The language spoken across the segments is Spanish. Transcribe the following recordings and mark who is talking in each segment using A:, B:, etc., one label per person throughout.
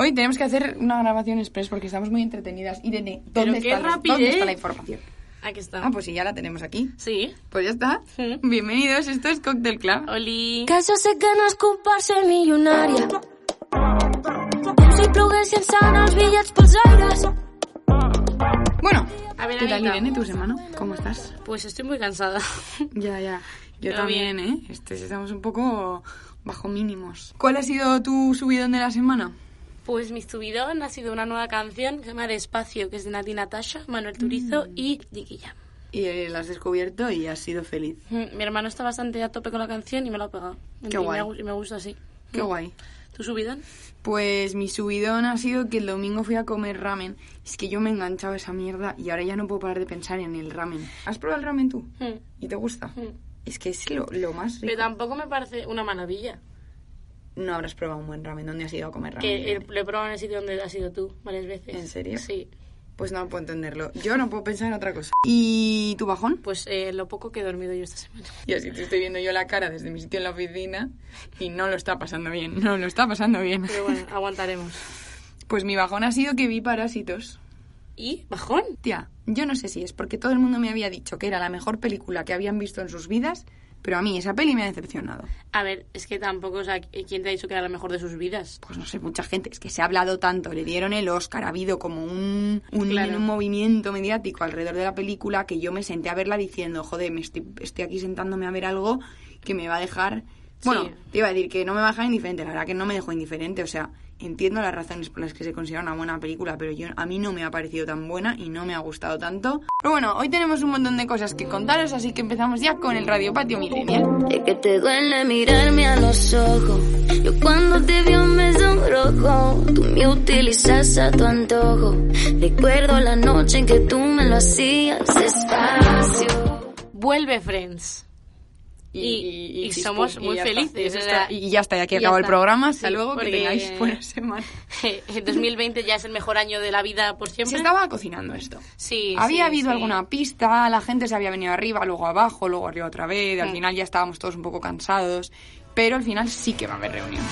A: Hoy tenemos que hacer una grabación express porque estamos muy entretenidas. Irene,
B: Pero
A: ¿dónde,
B: qué
A: está, la-
B: rapidez.
A: ¿dónde está la información?
B: Aquí está.
A: Ah, pues sí, ya la tenemos aquí.
B: Sí.
A: Pues ya está.
B: Sí.
A: Bienvenidos, esto es Cocktail Club.
B: Oli.
C: Que yo sé que no es culpa ser milionària. Com si ploguessin sant els bitllets pels aires.
A: Bueno,
B: A ver,
A: ¿qué tal
B: Anita.
A: Irene, tu semana? ¿Cómo estás?
B: Pues estoy muy cansada.
A: Ya, ya. Yo
B: Yo
A: también, ¿eh? Este, estamos un poco bajo mínimos. ¿Cuál ha sido tu subidón de la semana?
B: Pues mi subidón ha sido una nueva canción que se llama Despacio, que es de Nati Natasha, Manuel Turizo
A: Mm.
B: y Nicky Jam.
A: Y eh, la has descubierto y has sido feliz.
B: Mm, Mi hermano está bastante a tope con la canción y me lo ha pegado.
A: Qué
B: y,
A: guay.
B: Me, gu- y me gusta así.
A: Qué guay.
B: ¿Tu subidón?
A: Pues mi subidón ha sido que el domingo fui a comer ramen. Es que yo me he enganchado a esa mierda y ahora ya no puedo parar de pensar en el ramen. ¿Has probado el ramen tú?
B: Mm.
A: ¿Y te gusta?
B: Mm.
A: Es que es lo, lo más
B: Pero
A: rico.
B: tampoco me parece una maravilla.
A: No habrás probado un buen ramen. ¿Dónde has ido a comer ramen?
B: Que eh, lo he probado en el sitio donde has ido tú varias veces.
A: ¿En serio?
B: Sí.
A: Pues no puedo entenderlo. Yo no puedo pensar en otra cosa. ¿Y tu bajón?
B: Pues eh, lo poco que he dormido yo esta semana.
A: Y así te estoy viendo yo la cara desde mi sitio en la oficina y no lo está pasando bien. No lo está pasando bien.
B: Pero bueno, aguantaremos.
A: Pues mi bajón ha sido que vi Parásitos.
B: ¿Y? ¿Bajón?
A: Tía, yo no sé si es porque todo el mundo me había dicho que era la mejor película que habían visto en sus vidas, pero a mí esa peli me ha decepcionado.
B: A ver, es que tampoco, o sea, ¿quién te ha dicho que era la mejor de sus vidas?
A: Pues no sé, mucha gente, es que se ha hablado tanto, le dieron el Oscar, ha habido como un, un,
B: Claro.
A: un movimiento mediático alrededor de la película que yo me senté a verla diciendo, joder, me estoy, estoy aquí sentándome a ver algo que me va a dejar... Bueno,
B: Sí.
A: te iba a decir que no me va a dejar indiferente, la verdad que no me dejó indiferente, o sea, entiendo las razones por las que se considera una buena película, pero yo, a mí no me ha parecido tan buena y no me ha gustado tanto. Pero bueno, hoy tenemos un montón de cosas que contaros, así que empezamos ya con el Radio Patio Millennial.
C: Es que te duele mirarme a los ojos. Yo cuando te vio me sonrojo. Tú me utilizas a tu antojo. Recuerdo la noche en que tú me lo hacías despacio.
B: Vuelve Friends. Y- y somos muy
A: ya
B: felices,
A: está, y eso
B: o sea,
A: está, y ya está, y aquí
B: y ya
A: acaba el
B: está.
A: programa. Hasta
B: Sí,
A: luego, que
B: porque-
A: tengáis buena semana.
B: El 2020 ya es el mejor año de la vida por siempre.
A: Se estaba cocinando esto.
B: Sí,
A: había
B: sí,
A: habido
B: sí.
A: alguna pista, la gente se había venido arriba, luego abajo, luego arriba otra vez, al
B: Mm.
A: final ya estábamos todos un poco cansados, pero al final sí que va a haber reunión.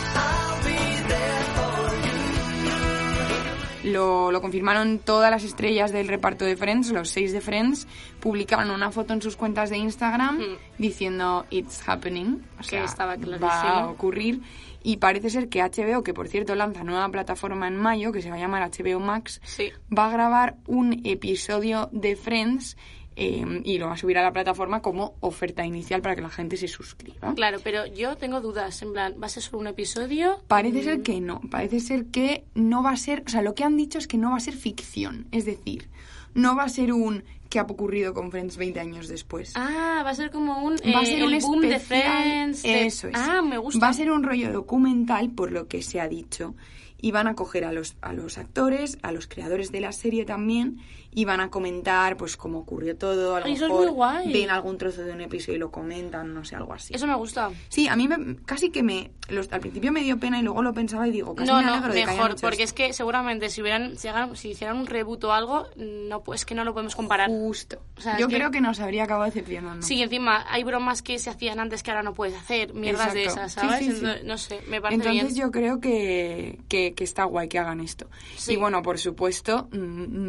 A: Lo, lo confirmaron todas las estrellas del reparto de Friends, los seis de Friends, publicaron una foto en sus cuentas de Instagram
B: Mm.
A: diciendo It's happening, o sea, va
B: estaba
A: a
B: clarísimo.
A: ocurrir. Y parece ser que HBO, que por cierto lanza nueva plataforma en mayo, que se va a llamar HBO Max,
B: Sí.
A: va a grabar un episodio de Friends eh, y lo va a subir a la plataforma como oferta inicial para que la gente se suscriba.
B: Claro, pero yo tengo dudas. En plan, ¿va a ser solo un episodio?
A: Parece ser que no, parece ser que no va a ser, o sea, lo que han dicho es que no va a ser ficción, es decir, no va a ser un que ha ocurrido con Friends 20 años después.
B: Ah, va a ser como un,
A: va a
B: eh,
A: ser
B: el
A: un
B: boom de
A: especial-
B: Friends. de-
A: Eso es.
B: Ah, me gusta.
A: Va a ser un rollo documental, por lo que se ha dicho. Y van a coger a los, a los actores, a los creadores de la serie también, y van a comentar pues cómo ocurrió todo. A lo
B: Ay, eso es
A: mejor
B: muy guay.
A: ven algún trozo de un episodio y lo comentan, no sé, algo así.
B: Eso me gusta.
A: Sí, a mí me- casi que me... los- al principio me dio pena y luego lo pensaba y digo, casi
B: No,
A: Pues me
B: no,
A: alegro de que hayan
B: mejor,
A: hecho
B: porque
A: esto.
B: es que seguramente si hubieran, si, hagan- si hicieran un reboot o algo, no, pues que no lo podemos comparar.
A: Justo.
B: O sea,
A: Yo
B: es que-
A: creo que nos habría acabado decepcionando.
B: Sí, encima hay bromas que se hacían antes que ahora no puedes hacer, mierdas de
A: Exacto.
B: esas,
A: Sí,
B: ¿sabes?
A: sí, sí.
B: Entonces, no sé, me parece
A: Entonces
B: bien.
A: yo creo que, que, que está guay que hagan esto.
B: Sí.
A: Y bueno, por supuesto, mm,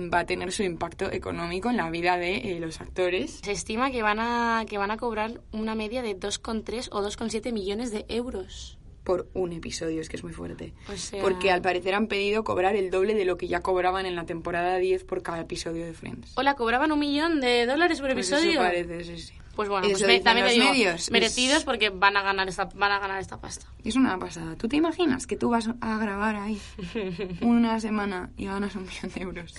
A: mm, va a tener su impacto económico en la vida de eh, los actores.
B: Se estima que van a que van a cobrar una media de 2,3 o 2,7 millones de euros.
A: Por un episodio, es que es muy fuerte.
B: O Pues sea-
A: Porque al parecer han pedido cobrar el doble de lo que ya cobraban en la temporada 10 por cada episodio de Friends.
B: Hola, cobraban un millón de dólares por
A: Pues eso
B: episodio.
A: parece, sí, sí.
B: Pues bueno,
A: Eso
B: pues me-
A: dicen
B: también te
A: los
B: digo,
A: medios.
B: merecidos
A: Es-
B: porque van a ganar esta, van a ganar esta pasta.
A: Es una pasada. ¿Tú te imaginas que tú vas a grabar ahí una semana y ganas un millón de euros?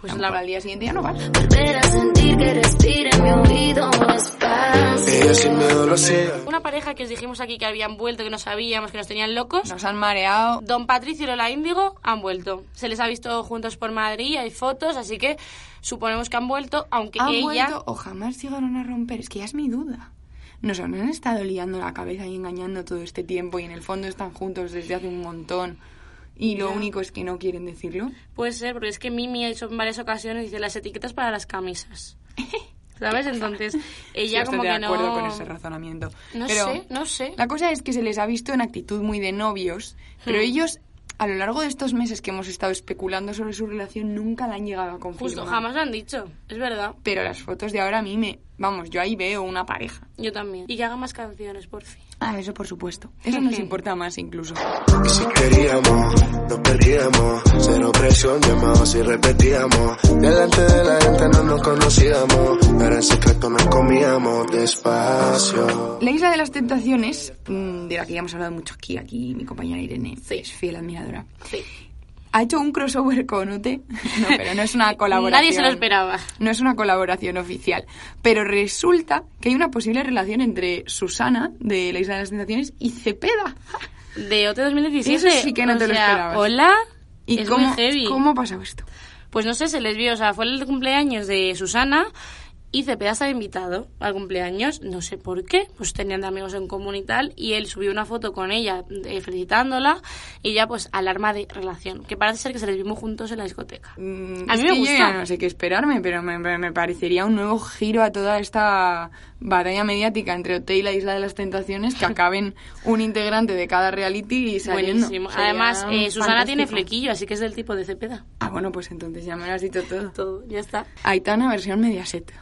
B: Pues
A: Pues
B: la-
A: al día siguiente ya no vale.
C: Volver a sentir que respira en mi oído despacio.
D: Ella sin miedo lo hacía.
B: Una pareja que os dijimos aquí que habían vuelto, que no sabíamos, que nos tenían locos.
A: Nos han mareado.
B: Don Patricio y Lola Índigo han vuelto. Se les ha visto juntos por Madrid, hay fotos, así que suponemos que han vuelto, aunque
A: ¿Han
B: ella...
A: vuelto o jamás llegaron a romper? Es que ya es mi duda. Nos han estado liando la cabeza y engañando todo este tiempo y en el fondo están juntos desde hace un montón. Y lo único es que no quieren decirlo.
B: Puede ser, porque es que Mimi ha hecho en varias ocasiones dice las etiquetas para las camisas. ¿Sabes? Entonces, ella
A: Yo estoy
B: como
A: de
B: que no.
A: acuerdo con ese razonamiento.
B: No
A: Pero
B: sé, no sé.
A: La cosa es que se les ha visto en actitud muy de novios, pero ellos a lo largo de estos meses que hemos estado especulando sobre su relación nunca la han llegado a confirmar.
B: Justo, jamás lo han dicho. Es verdad.
A: Pero las fotos de ahora a mí me, vamos, yo ahí veo una pareja.
B: Yo también. Y que haga más canciones, por fin.
A: Ah, eso por supuesto. Eso nos importa más incluso.
D: Y si queríamos, nos perdíamos. Cero presión, llamados y repetíamos. Delante de la gente no nos conocíamos. Pero en secreto nos comíamos despacio.
A: La isla de las tentaciones, mm, de la que ya hemos hablado mucho aquí, aquí mi compañera Irene es fiel admiradora.
B: Sí.
A: Ha hecho un crossover con UTE, no, pero no es una colaboración.
B: Nadie se lo esperaba.
A: No es una colaboración oficial. Pero resulta que hay una posible relación entre Susana, de la Isla de las Tentaciones, y Cepeda.
B: De OT 2017.
A: Eso sí que no
B: o
A: te lo
B: sea,
A: esperabas.
B: Hola.
A: ¿Y
B: es
A: cómo,
B: muy heavy.
A: cómo ha pasado esto?
B: Pues no sé, se les vio, o sea, fue el cumpleaños de Susana y Cepeda estaba invitado al cumpleaños, no sé por qué, pues tenían de amigos en común y tal, y él subió una foto con ella eh, felicitándola y ya pues alarma de relación, que parece ser que se les vio muy juntos en la discoteca.
A: Mm,
B: a
A: es que
B: mí me
A: yo
B: gusta.
A: ya no sé qué esperarme, pero me, me- me parecería un nuevo giro a toda esta batalla mediática entre OT y la Isla de las Tentaciones que acaben un integrante de cada reality y saliendo.
B: Buenísimo.
A: Sería
B: Además, eh, Susana tiene
A: fantástico.
B: flequillo, así que es del tipo de Cepeda.
A: Ah, bueno, pues entonces ya me lo has dicho todo.
B: Todo, ya está.
A: Aitana versión Mediaset.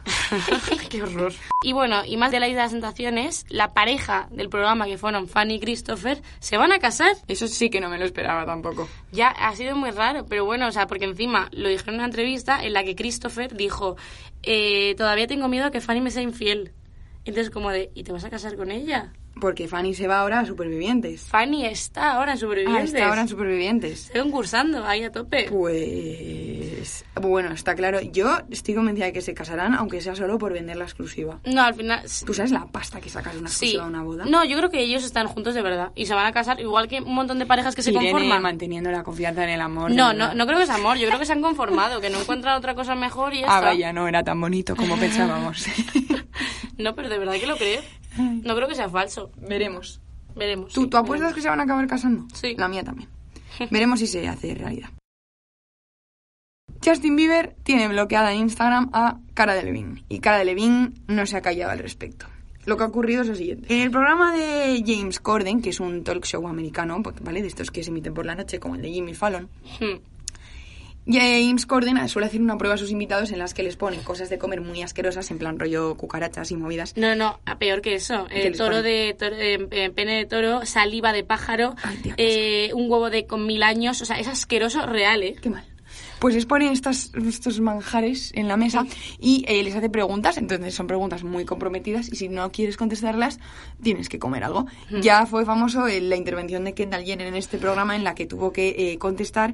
B: Qué horror. Y bueno, y más de la isla de las tentaciones, la pareja del programa que fueron Fanny y Christopher se van a casar
A: Eso sí que no me lo esperaba tampoco.
B: Ya ha sido muy raro, pero bueno, o sea, porque encima lo dijeron en una entrevista en la que Christopher dijo, eh, todavía tengo miedo a que Fanny me sea infiel. Entonces como de, ¿y te vas a casar con ella?
A: Porque Fanny se va ahora a Supervivientes.
B: Fanny está ahora en
A: Ah,
B: Supervivientes.
A: está ahora en Supervivientes.
B: Está concursando ahí a tope.
A: Pues... Bueno, está claro. Yo estoy convencida de que se casarán, aunque sea solo por vender la exclusiva.
B: No, al final... s-
A: ¿Tú sabes la pasta que sacas de una
B: Sí.
A: exclusiva a una boda?
B: No, yo creo que ellos están juntos de verdad y se van a casar igual que un montón de parejas que se
A: Irene
B: conforman.
A: manteniendo la confianza en el amor.
B: No,
A: de
B: no,
A: verdad.
B: no creo que es amor, yo creo que se han conformado, que no encuentran otra cosa mejor y ya
A: Ah,
B: está.
A: vaya, no era tan bonito como pensábamos.
B: No, pero de verdad que lo creo. No creo que sea falso.
A: Veremos.
B: Veremos.
A: ¿Tú,
B: sí,
A: ¿Tú apuestas
B: veremos.
A: que se van a acabar casando?
B: Sí.
A: La mía también. Veremos si se hace realidad. Justin Bieber tiene bloqueada en Instagram a Cara Delevingne y Cara Delevingne no se ha callado al respecto. Lo que ha ocurrido es lo siguiente. En el programa de James Corden, que es un talk show americano, porque, ¿vale? De estos que se emiten por la noche, como el de Jimmy Fallon,
B: Hmm.
A: James Corden suele hacer una prueba a sus invitados en las que les ponen cosas de comer muy asquerosas, en plan rollo cucarachas y movidas.
B: No, no, a peor que eso.
A: ¿Qué
B: Eh,
A: les
B: toro
A: ponen?
B: de toro- eh, eh, pene de toro, saliva de pájaro,
A: Ay, tía, qué
B: eh, un huevo de con mil años, o sea, es asqueroso real, ¿eh?
A: Qué mal. Pues les pone estas, estos manjares en la mesa y eh, les hace preguntas, entonces son preguntas muy comprometidas y si no quieres contestarlas, tienes que comer algo. Ya fue famoso eh, la intervención de Kendall Jenner en este programa en la que tuvo que eh, contestar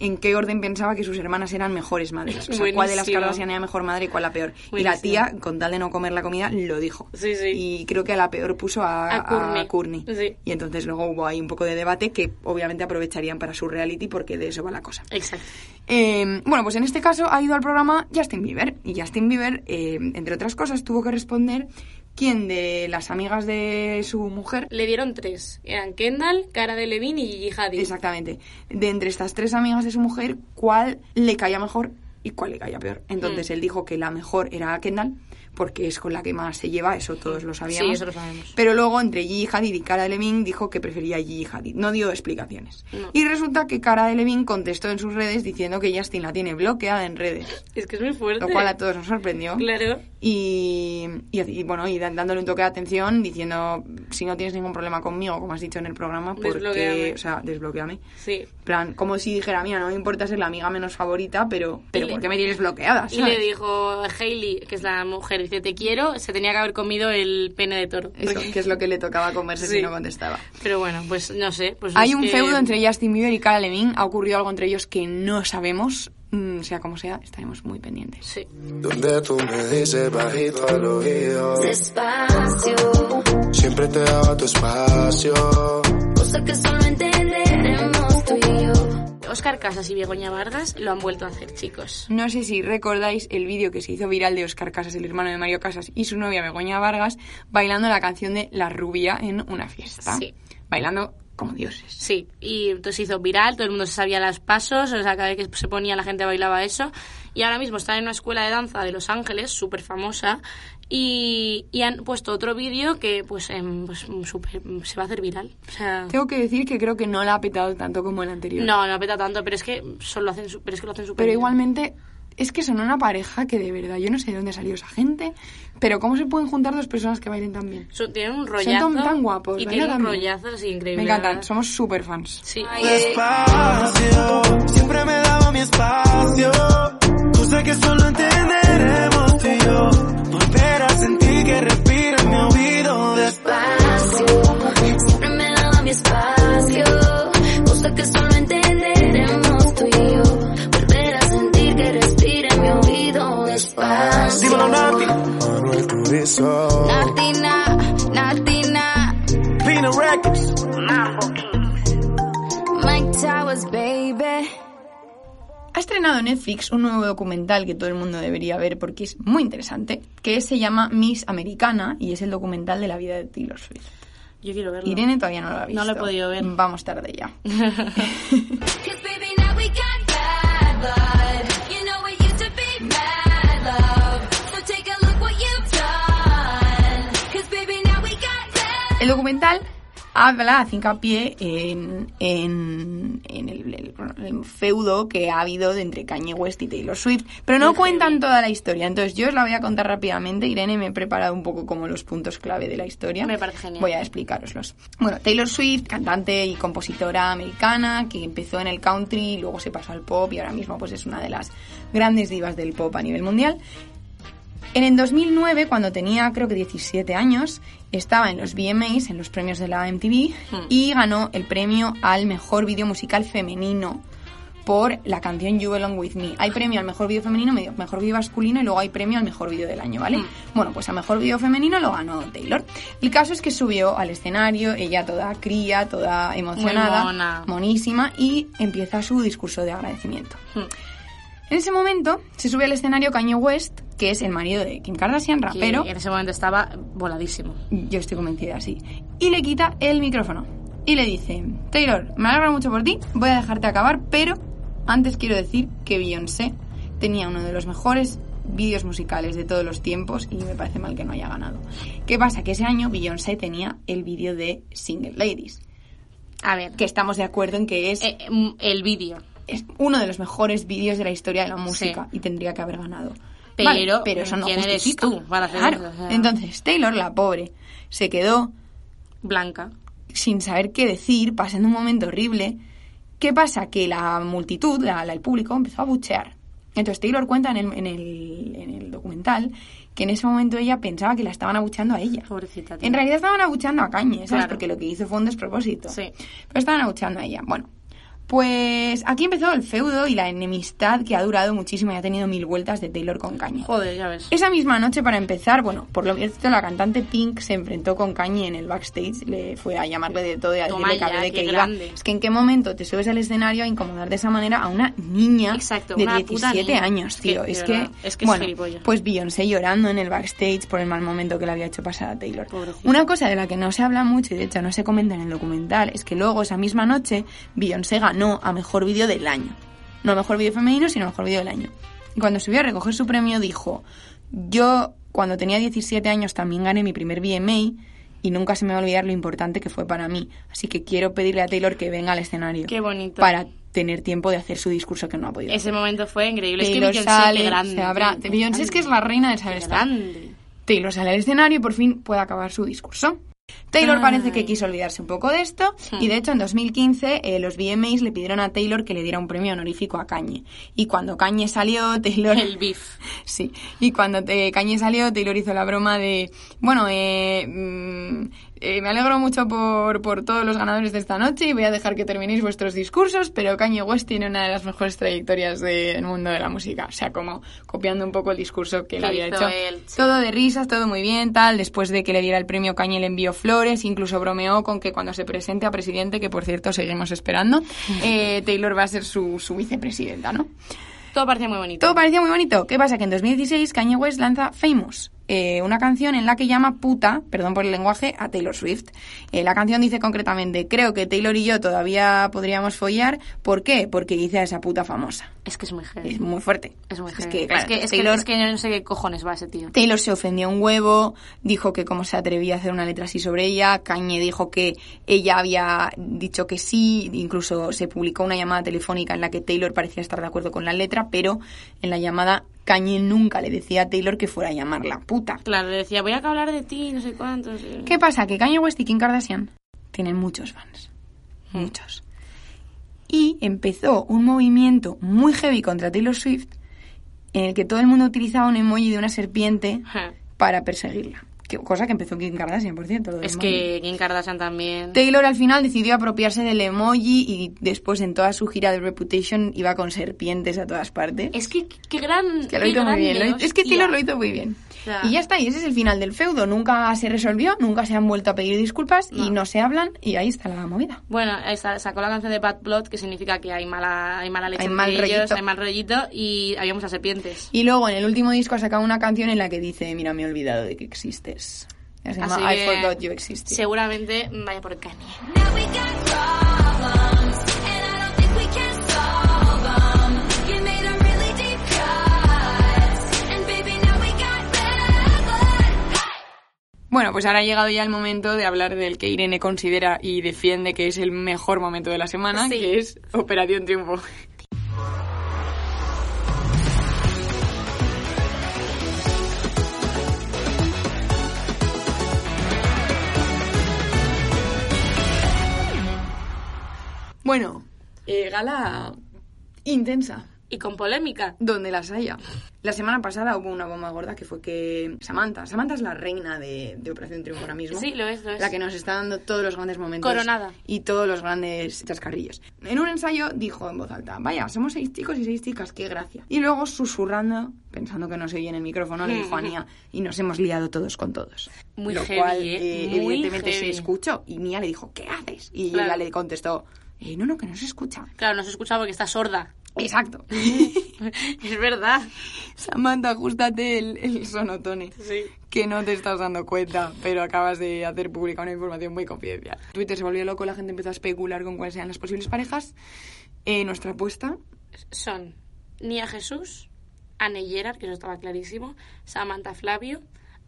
A: en qué orden pensaba que sus hermanas eran mejores madres. O sea, cuál de las
B: Buenísimo.
A: Kardashian era mejor madre y cuál la peor. Y la
B: Buenísimo.
A: tía, con tal de no comer la comida, lo dijo.
B: Sí, sí.
A: Y creo que a la peor puso a,
B: A Kourtney.
A: Kourtney.
B: Sí.
A: Y entonces luego hubo ahí un poco de debate que obviamente aprovecharían para su reality porque de eso va la cosa.
B: Exacto.
A: Eh, bueno, pues en este caso ha ido al programa Justin Bieber. Y Justin Bieber, eh, entre otras cosas, tuvo que responder quién de las amigas de su mujer.
B: Le dieron tres. Eran Kendall, Cara de Levine y Gigi Hadid.
A: Exactamente. De entre estas tres amigas de su mujer, cuál le caía mejor y cuál le caía peor.
B: Mm.
A: Entonces él dijo que la mejor era Kendall, porque es con la que más se lleva, eso todos lo sabíamos.
B: Sí, eso lo sabemos.
A: Pero luego entre Gigi Hadid y Cara Delevingne dijo que prefería a Gigi Hadid. No dio explicaciones.
B: No.
A: Y resulta que Cara Delevingne contestó en sus redes diciendo que Justin la tiene bloqueada en redes.
B: Es que es muy fuerte.
A: Lo cual a todos nos sorprendió.
B: Claro.
A: Y, y- y, bueno, y dan- dándole un toque de atención, diciendo, si no tienes ningún problema conmigo, como has dicho en el programa, porque,
B: Desbloquéame.
A: o sea, desbloqueame.
B: Sí.
A: En plan, como si dijera, mira, no me importa ser la amiga menos favorita, pero, pero
B: Y le-
A: ¿por qué me tienes bloqueada?
B: Y
A: sabes?
B: le dijo Hailey, que es la mujer dice te quiero, se tenía que haber comido el pene de toro.
A: Eso, que es lo que le tocaba comerse
B: Sí.
A: si no contestaba.
B: Pero bueno, pues no sé. Pues
A: Hay
B: es
A: un
B: que-
A: feudo entre Justin Bieber y Cara Levine. Ha ocurrido algo entre ellos que no sabemos. Mm, sea como sea, estaremos muy pendientes.
B: Sí.
D: Donde tú me dices bajito al oído.
C: Despacio,
D: Siempre te daba tu espacio.
C: cosa que solo entenderemos tú y yo.
B: Oscar Casas y Begoña Vargas lo han vuelto a hacer, chicos.
A: No sé si recordáis el vídeo que se hizo viral de Oscar Casas, el hermano de Mario Casas, y su novia Begoña Vargas, bailando la canción de La Rubia en una fiesta.
B: Sí.
A: Bailando como dioses.
B: Sí, y entonces se hizo viral, todo el mundo se sabía los pasos, o sea, cada vez que se ponía la gente bailaba eso. Y ahora mismo están en una escuela de danza de Los Ángeles, súper famosa, y, y han puesto otro vídeo que pues, em, pues, mm, súper- mm, se va a hacer viral. O sea,
A: Tengo que decir que creo que no la ha petado tanto como el anterior.
B: no, no peta tanto, pero es que solo hacen, su- pero es que lo hacen súper
A: Pero
B: bien.
A: igualmente, es que son una pareja que de verdad, yo no sé de dónde salió esa gente, pero ¿cómo se pueden juntar dos personas que bailen tan bien?
B: Son- tienen un rollazo.
A: tan- tan guapos,
B: Y
A: ¿verdad?
B: tienen un
A: También.
B: rollazo así increíble.
A: Me
B: la
A: encantan,
B: verdad.
A: somos súper fans.
B: Sí.
E: espacio, siempre me daba mi espacio. Cosa que solo entenderemos tú y yo. Volver a sentir que respira en mi oído despacio.
C: Espacio, siempre me daba mi espacio, cosa que solo entenderemos tú y yo. Volver a sentir que respira en mi oído despacio.
E: Dímelo, Nati.
D: Manuel Turizo.
C: Natina, Natina,
E: Pina Records.
C: Mike Towers, baby.
A: Ha estrenado Netflix un nuevo documental que todo el mundo debería ver porque es muy interesante, que se llama Miss Americana y es el documental de la vida de Taylor Swift.
B: Yo quiero verlo.
A: Irene todavía no lo ha visto.
B: No lo he podido ver.
A: Vamos tarde ya.
C: Cause baby, now we got bad blood. You know it used to be bad love. So take a look what you've done. Cause baby, now we got bad
A: El documental habla, hace hincapié en, en, en el, el- el feudo que ha habido de entre Kanye West y Taylor Swift, pero no cuentan toda la historia. Entonces yo os la voy a contar rápidamente. Irene me he preparado un poco como los puntos clave de la historia.
B: Me parece genial.
A: Voy a explicaroslos. Bueno, Taylor Swift, cantante y compositora americana, que empezó en el country, luego se pasó al pop y ahora mismo pues es una de las grandes divas del pop a nivel mundial. En el 2009, cuando tenía creo que 17 años, estaba en los VMAs, en los premios de la MTV, y ganó el premio al mejor vídeo musical femenino por la canción You Belong With Me. Hay premio al mejor vídeo femenino, medio- mejor vídeo masculino y luego hay premio al mejor vídeo del año, ¿vale? Bueno, pues a mejor vídeo femenino lo ganó Taylor. El caso es que subió al escenario, ella toda cría, toda emocionada,
B: mona.
A: monísima, y empieza su discurso de agradecimiento.
B: Hmm.
A: En ese momento se sube al escenario Kanye West, que es el marido de Kim Kardashian,
B: Que
A: rapero.
B: en ese momento estaba voladísimo.
A: Yo estoy convencida, sí. Y le quita el micrófono. Y le dice, Taylor, me alegro mucho por ti, voy a dejarte acabar, pero antes quiero decir que Beyoncé tenía uno de los mejores vídeos musicales de todos los tiempos y me parece mal que no haya ganado. ¿Qué pasa? Que ese año Beyoncé tenía el vídeo de Single Ladies,
B: A ver,
A: que estamos de acuerdo en que es,
B: eh, mm, el vídeo.
A: es uno de los mejores vídeos de la historia de la música
B: Sí.
A: y tendría que haber ganado.
B: Pero,
A: pero eso no
B: ¿quién eres
A: justifica.
B: tú para hacer
A: Claro.
B: eso? O sea-
A: Entonces, Taylor, la pobre, se quedó
B: Blanca.
A: sin saber qué decir, pasando un momento horrible. ¿Qué pasa? Que la multitud, la, la- el público, empezó a buchear. Entonces Taylor cuenta en el, en, el, en el documental que en ese momento ella pensaba que la estaban abucheando a ella.
B: Pobrecita. tío.
A: En realidad estaban abucheando a Cañe, ¿sabes?
B: Claro.
A: Porque lo que hizo fue un despropósito.
B: Sí.
A: Pero estaban abucheando a ella. Bueno, pues aquí empezó el feudo y la enemistad que ha durado muchísimo y ha tenido mil vueltas de Taylor con Cañe.
B: Joder, ya ves.
A: Esa misma noche, para empezar, bueno, por lo visto la cantante Pink se enfrentó con Kanye en el backstage, le fue a llamarle de todo y a
B: Toma
A: decirle que,
B: ya,
A: a ver de
B: qué
A: qué iba.
B: grande.
A: Es que en qué momento te subes al escenario a incomodar de esa manera a una niña
B: Exacto,
A: de
B: una puta
A: 17
B: niña.
A: años,
B: Es que,
A: tío.
B: de
A: Es que,
B: verdad, es que es
A: bueno,
B: gilipollas.
A: pues Beyoncé llorando en el backstage por el mal momento que le había hecho pasar a Taylor.
B: Pobrecita.
A: Una cosa de la que no se habla mucho y de hecho no se comenta en el documental es que luego esa misma noche Beyoncé ganó a mejor vídeo del año. No a mejor vídeo femenino, sino a mejor vídeo del año. Y cuando subió a recoger su premio dijo, yo cuando tenía 17 años también gané mi primer VMA y nunca se me va a olvidar lo importante que fue para mí. Así que quiero pedirle a Taylor que venga al escenario.
B: Qué bonito.
A: Para tener tiempo de hacer su discurso que no ha podido.
B: Ese momento fue increíble. Es que
A: Taylor
B: Beyoncé,
A: sale,
B: qué grande.
A: se abra-
B: tío, qué
A: Beyoncé es que es la
B: grande.
A: reina de saber
B: Qué
A: estar.
B: grande.
A: Taylor sale al escenario y por fin puede acabar su discurso. Taylor parece que quiso olvidarse un poco de esto y de hecho en 2015 eh, los VMAs le pidieron a Taylor que le diera un premio honorífico a Kanye y cuando Kanye salió Taylor
B: El beef.
A: sí y cuando eh, Kanye salió Taylor hizo la broma de bueno eh, mm, eh, me alegro mucho por, por todos los ganadores de esta noche y voy a dejar que terminéis vuestros discursos pero Kanye West tiene una de las mejores trayectorias del mundo de la música o sea como copiando un poco el discurso que él
B: Que
A: había
B: hizo
A: hecho
B: él, sí.
A: todo de risas, todo muy bien, tal. Después de que le diera el premio Cañé le envió flores, incluso bromeó con que cuando se presente a presidente, que por cierto seguimos esperando, eh, Taylor va a ser su, su vicepresidenta, ¿no?
B: Todo parecía muy bonito.
A: Todo parecía muy bonito. ¿Qué pasa? Que en 2016 Kanye West lanza Famous, eh, una canción en la que llama puta, perdón por el lenguaje, a Taylor Swift. Eh, la canción dice concretamente, creo que Taylor y yo todavía podríamos follar. ¿Por qué? Porque dice a esa puta famosa.
B: Es que es muy heavy.
A: Es muy fuerte.
B: Es muy
A: Es
B: heavy.
A: que, claro,
B: es, que, es, que-
A: Taylor-
B: es que yo no sé qué cojones va ese tío.
A: Taylor se ofendió un huevo, dijo que cómo se atrevía a hacer una letra así sobre ella, Kanye dijo que ella había dicho que sí, incluso se publicó una llamada telefónica en la que Taylor parecía estar de acuerdo con la letra, pero en la llamada Kanye nunca le decía a Taylor que fuera a llamarla puta.
B: Claro, le decía, voy a hablar de ti, no sé cuántos. eh.
A: ¿Qué pasa? Que Kanye West y Kim Kardashian tienen muchos fans.
B: Mm.
A: Muchos. Y empezó un movimiento muy heavy contra Taylor Swift en el que todo el mundo utilizaba un emoji de una serpiente
B: Ja.
A: para perseguirla. Que- cosa que empezó Kim Kardashian, por cierto. lo del
B: Es
A: emoji.
B: que Kim Kardashian también.
A: Taylor al final decidió apropiarse del emoji y después en toda su gira de Reputation iba con serpientes a todas partes.
B: Es que qué gran.
A: Que lo
B: qué
A: hizo muy
B: grande,
A: bien. lo hizo- es que
B: hostia.
A: Taylor lo hizo muy bien.
B: Ya.
A: Y ya está, y ese es el final del feudo. Nunca se resolvió, nunca se han vuelto a pedir disculpas y no se hablan y ahí está la movida.
B: Bueno, ahí sa- sacó la canción de Bad Blood, que significa que hay mala, hay mala leche
A: Hay
B: entre
A: mal
B: ellos,
A: rollito.
B: hay mal rollito, y había muchas serpientes.
A: Y luego en el último disco ha sacado una canción en la que dice, mira, me he olvidado de que existes. Se llama
B: Así
A: I
B: que
A: Forgot You Existed.
B: Seguramente vaya por Kanye.
C: Now we got problems, and I don't think we can solve 'em. You made a really deep cut, and baby, now we got bad blood.
A: Bueno, pues ahora ha llegado ya el momento de hablar del que Irene considera y defiende que es el mejor momento de la semana,
B: Sí.
A: que es Operación Triunfo. Bueno, eh, gala intensa
B: Y con polémica.
A: donde las haya. La semana pasada hubo una bomba gorda que fue que Samantha, Samantha es la reina de, de Operación Triunfo ahora mismo.
B: Sí, lo es, lo es.
A: La que nos está dando todos los grandes momentos.
B: Coronada.
A: Y todos los grandes chascarrillos. En un ensayo dijo en voz alta, vaya, somos seis chicos y seis chicas, qué gracia. Y luego susurrando, pensando que no se oye en el micrófono, le dijo a Nia, y nos hemos liado todos con todos.
B: Muy
A: Lo
B: heavy,
A: cual,
B: ¿eh?
A: eh,
B: Muy
A: evidentemente se
B: heavy.
A: escuchó y Nia le dijo, ¿qué haces? Y
B: Claro.
A: ella le contestó, "Eh, no, no, que no se escucha.
B: Claro, no se escucha porque está sorda.
A: Exacto.
B: es verdad.
A: Samantha, ajustate el, el sonotone.
B: Sí.
A: Que no te estás dando cuenta, pero acabas de hacer pública una información muy confidencial. Twitter se volvió loco, la gente empezó a especular con cuáles sean las posibles parejas. Eh, nuestra apuesta,
B: Son Nia Jesús, Anne Gerard, que eso estaba clarísimo, Samantha Flavio,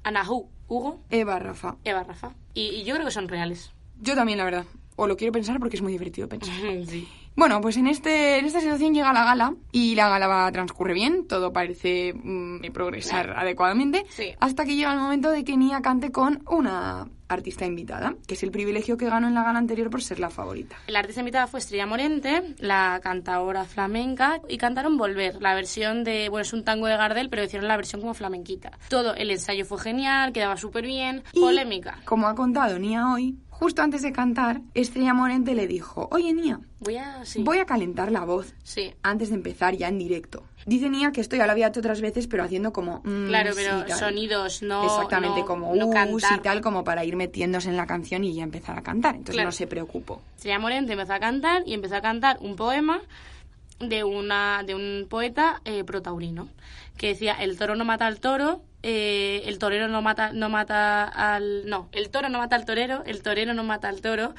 B: Anahu Hugo,
A: Eva Rafa.
B: Eva Rafa. Y, y yo creo que son reales.
A: Yo también, la verdad. O lo quiero pensar porque es muy divertido pensar.
B: sí.
A: Bueno, pues en, este, en esta situación llega la gala y la gala va- transcurre bien, todo parece mm, progresar adecuadamente,
B: Sí.
A: hasta que llega el momento de que Nia cante con una artista invitada, que es el privilegio que ganó en la gala anterior por ser la favorita.
B: La artista invitada fue Estrella Morente, la cantadora flamenca, y cantaron Volver, la versión de, bueno, es un tango de Gardel, pero hicieron la versión como flamenquita. Todo el ensayo fue genial, quedaba súper bien,
A: Y,
B: polémica.
A: Como ha contado Nia hoy, justo antes de cantar, Estrella Morente le dijo, oye Nia,
B: Voy a... Sí.
A: voy a calentar la voz
B: Sí.
A: antes de empezar ya en directo. Dice Nia que esto ya lo había hecho otras veces, pero haciendo como... "Mm,
B: Claro,
A: sí",
B: pero
A: tal.
B: sonidos, no...
A: Exactamente,
B: no-
A: como
B: no
A: "Us"
B: cantar.
A: y tal, como para ir metiéndose en la canción y ya empezar a cantar. Entonces
B: Claro.
A: no se preocupó.
B: Estrella Morente empezó a cantar y empezó a cantar un poema de una de un poeta eh, protaurino que decía el toro no mata al toro eh, el torero no mata no mata al no el toro no mata al torero el torero no mata al toro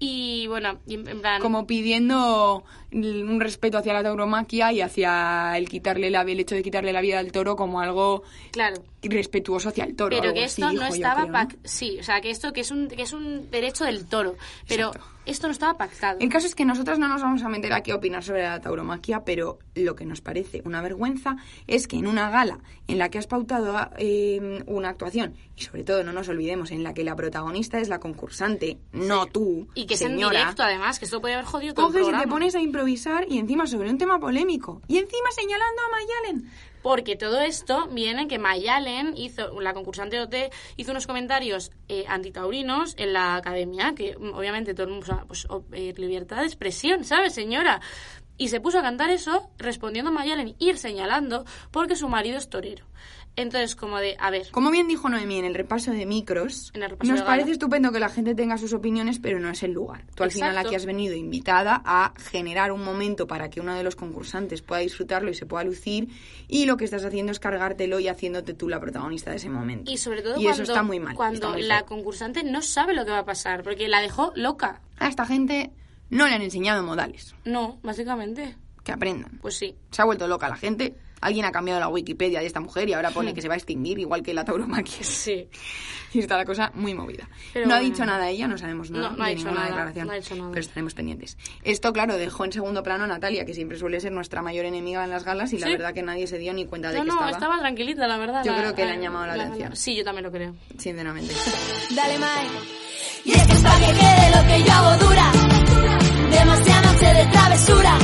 B: y bueno y en en plan
A: Como pidiendo un respeto hacia la tauromaquia y hacia el quitarle la, el hecho de quitarle la vida al toro como algo
B: claro
A: respetuoso hacia el toro.
B: pero
A: algo
B: que
A: así
B: esto no
A: dijo, yo
B: estaba
A: creo, ¿no?
B: pac- sí o sea que esto que es un que es un derecho del toro pero
A: Exacto.
B: esto no estaba pactado.
A: El caso es que nosotros no nos vamos a meter aquí a opinar sobre la tauromaquia, pero lo que nos parece una vergüenza es que en una gala en la que has pautado eh, una actuación, y sobre todo no nos olvidemos, en la que la protagonista es la concursante, no tú,
B: Y que es en
A: señora,
B: directo, además, que esto puede haber jodido todo el
A: coges y te
B: programa.
A: pones a improvisar y encima sobre un tema polémico, y encima señalando a Mayalen.
B: Porque todo esto viene en que Mayalen hizo, la concursante de OT, hizo unos comentarios eh, antitaurinos en la academia, que mm, obviamente todo el mundo, o sea, pues, o- eh, libertad de expresión, ¿sabes, señora? Y se puso a cantar eso respondiendo a Mayalen, ir señalando, porque su marido es torero. Entonces, como de, a ver,
A: Como bien dijo Noemí en el repaso de micros,
B: En el repaso
A: nos
B: de gala.
A: parece estupendo que la gente tenga sus opiniones, pero no es el lugar. Tú al final
B: Exacto.
A: aquí has venido invitada a generar un momento para que uno de los concursantes pueda disfrutarlo y se pueda lucir, y lo que estás haciendo es cargártelo y haciéndote tú la protagonista de ese momento.
B: y sobre todo
A: Y
B: cuando,
A: eso está muy mal.
B: cuando
A: está muy
B: la
A: feo.
B: concursante no sabe lo que va a pasar, porque la dejó loca.
A: A esta gente no le han enseñado modales,
B: No, básicamente.
A: que aprendan.
B: Pues sí.
A: Se ha vuelto loca la gente. Alguien ha cambiado la Wikipedia de esta mujer y ahora
B: Hmm.
A: pone que se va a extinguir igual que la tauromaquia.
B: Sí.
A: Y está la cosa muy movida.
B: Pero
A: no ha
B: bueno.
A: dicho nada ella, no sabemos nada
B: No, no ha
A: de
B: dicho
A: ninguna
B: nada,
A: declaración,
B: no ha dicho nada.
A: pero estaremos pendientes. Esto, claro, dejó en segundo plano a Natalia, que siempre suele ser nuestra mayor enemiga en las galas y la
B: Sí.
A: verdad que nadie se dio ni cuenta de
B: No,
A: que
B: no,
A: estaba,
B: estaba... tranquilita, la verdad.
A: Yo
B: la-
A: creo que le han llamado la
B: gala.
A: atención.
B: Sí, yo también lo creo.
A: sinceramente.
F: Dale, mae. Y es que es pa' que quede lo que yo hago dura. Demasiada noche de travesura.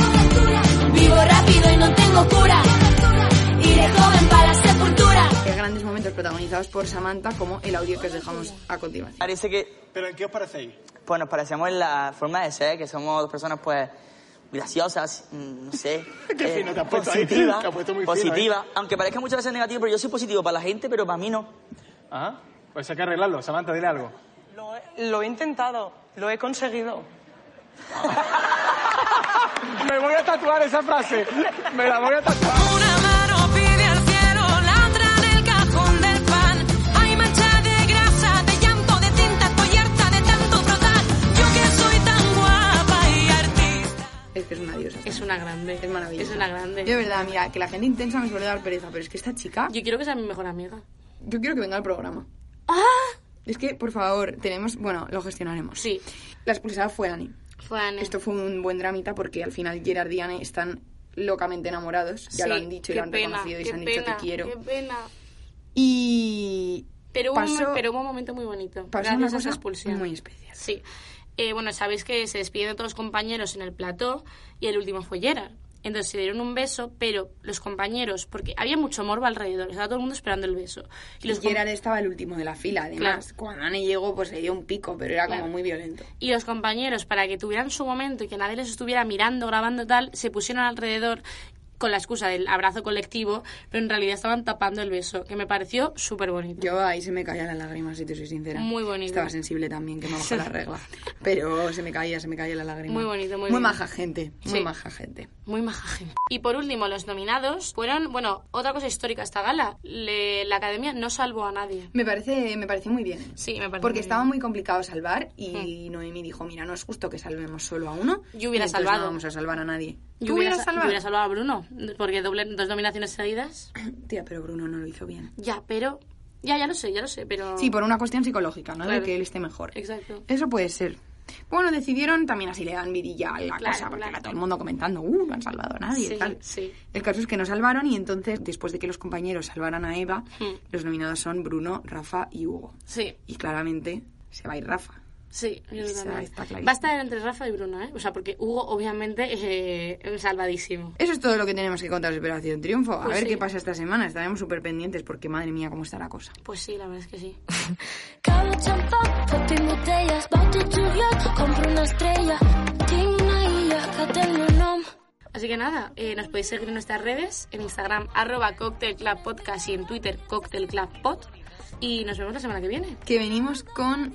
F: Vivo rápido y no tengo cura. Iré joven para la sepultura.
A: Qué grandes momentos protagonizados por Samantha, como el audio que os dejamos a continuación.
G: Parece que,
H: ¿Pero en qué os parecéis?
G: pues nos parecemos en la forma de ser, que somos dos personas, pues, graciosas, mm, no sé. eh,
H: Qué fino te has puesto ahí,
G: positiva,
H: te has puesto muy fino, ¿eh?
G: positiva. Aunque parezca muchas veces negativo, pero yo soy positivo para la gente, pero para mí no.
H: Ah, pues hay que arreglarlo. Samantha, dile algo.
I: Lo he, lo he intentado, lo he conseguido.
H: Me voy a tatuar esa frase. Me la voy a tatuar.
F: Una mano pide al cielo, la otra en el cajón del pan. Hay mancha de grasa, de llanto, de tinta, estoy harta de tanto frotar. Yo que soy tan guapa y artista.
A: Es que es una diosa.
B: Es una grande.
A: Es maravillosa.
B: Es una grande.
A: Yo, de verdad, mira, que la gente intensa me suele dar pereza, pero es que esta chica,
B: Yo quiero que sea mi mejor amiga.
A: yo quiero que venga al programa.
B: Ah.
A: Es que, por favor, tenemos... Bueno, lo gestionaremos.
B: Sí.
A: La expulsada fue Ani.
B: Fue Anne.
A: Esto fue un buen dramita porque al final Gerard y Anne están locamente enamorados. Ya
B: Sí,
A: lo han dicho y
B: qué
A: lo han
B: pena,
A: reconocido y
B: qué
A: se han dicho
B: pena,
A: te quiero.
B: Qué pena.
A: Y
B: Pero hubo, un,
A: pasó,
B: mo- pero hubo un momento muy bonito.
A: pasó
B: gracias
A: una
B: a esa
A: cosa
B: expulsión.
A: muy especial.
B: Sí. Eh, bueno, sabéis que se despiden de todos los compañeros en el plató y el último fue Gerard. Entonces se dieron un beso, pero los compañeros, porque había mucho morbo alrededor, estaba todo el mundo esperando el beso. Y los,
A: Y
B: com-
A: Gerard estaba el último de la fila, además.
B: Claro.
A: Cuando Anne llegó, pues le dio un pico, pero era como
B: Claro.
A: muy violento.
B: y los compañeros, para que tuvieran su momento y que nadie les estuviera mirando, grabando tal, se pusieron alrededor con la excusa del abrazo colectivo, pero en realidad estaban tapando el beso, que me pareció súper bonito.
A: Yo ahí se me caían las lágrimas, si te soy sincera.
B: Muy bonito.
A: Estaba sensible también, que me baja la regla. Pero se me caía, se me caía la lágrima.
B: Muy bonito,
A: Muy
B: muy bonito.
A: maja gente, muy
B: Sí.
A: maja gente.
B: Muy maja gente. Y por último, los nominados fueron, bueno, otra cosa histórica esta gala. Le- la academia no salvó a nadie.
A: Me parece, me parece muy bien.
B: Sí, me parece muy
A: Porque
B: bien.
A: estaba muy complicado salvar y Noemí dijo, mira, no es justo que salvemos solo a uno.
B: Hmm. Yo hubiera
A: entonces
B: salvado.
A: No vamos a salvar a nadie.
B: Yo
A: ¿Tú
B: hubiera,
A: hubieras
B: sa- yo
A: salvado?
B: hubiera salvado a Bruno, porque doble, dos nominaciones seguidas.
A: Tía, pero Bruno no lo hizo bien.
B: Ya, pero. Ya, ya lo sé, ya lo sé, pero.
A: Sí, por una cuestión psicológica, ¿no? De
B: Claro.
A: que él esté mejor.
B: Exacto.
A: Eso puede ser. Bueno, decidieron también así le dan vidilla a la
B: Claro,
A: casa, porque
B: claro.
A: era todo el mundo comentando, uh, no han salvado a nadie.
B: Sí,
A: tal.
B: sí.
A: El caso es que no salvaron y entonces, después de que los compañeros salvaran a Eva,
B: Mm.
A: los nominados son Bruno, Rafa y Hugo.
B: Sí,
A: Y claramente se va a ir Rafa.
B: sí, yo
A: Está-
B: también.
A: está clarísimo.
B: Va a estar entre Rafa y Bruno, ¿eh? O sea, porque Hugo, obviamente, eh, es salvadísimo.
A: Eso es todo lo que tenemos que contar de Operación Triunfo. A
B: Pues
A: ver
B: sí.
A: qué pasa esta semana. Estaremos súper pendientes porque, madre mía, cómo está la cosa.
B: Pues sí, la verdad es que sí.
C: Cabo champán, papi botellas, bato tu yacht, compro una estrella, tengo una isla, catena nom.
B: Así que nada, eh, nos podéis seguir en nuestras redes, en Instagram, arroba Cocktail Club Podcast y en Twitter, Cocktail Club Pod. Y nos vemos la semana que viene.
A: Que venimos con...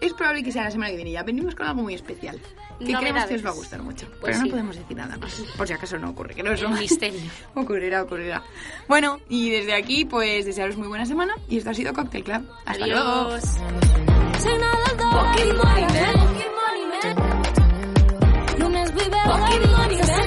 A: Es probable que sea la semana que viene ya. Venimos con algo muy especial. Que creemos
B: Novedades.
A: que os va a gustar mucho.
B: Pues
A: Pero no
B: sí.
A: podemos decir nada más. Por si acaso no ocurre. Que no os
B: El
A: lo-
B: misterio.
A: ocurrirá, ocurrirá. Bueno, y desde aquí, pues desearos muy buena semana. Y esto ha sido Cocktail Club. Hasta luego.
B: Adiós.
F: Sin algo, fucking money, man.
C: Lunes vive
F: Fucking money, man.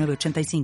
J: 906985.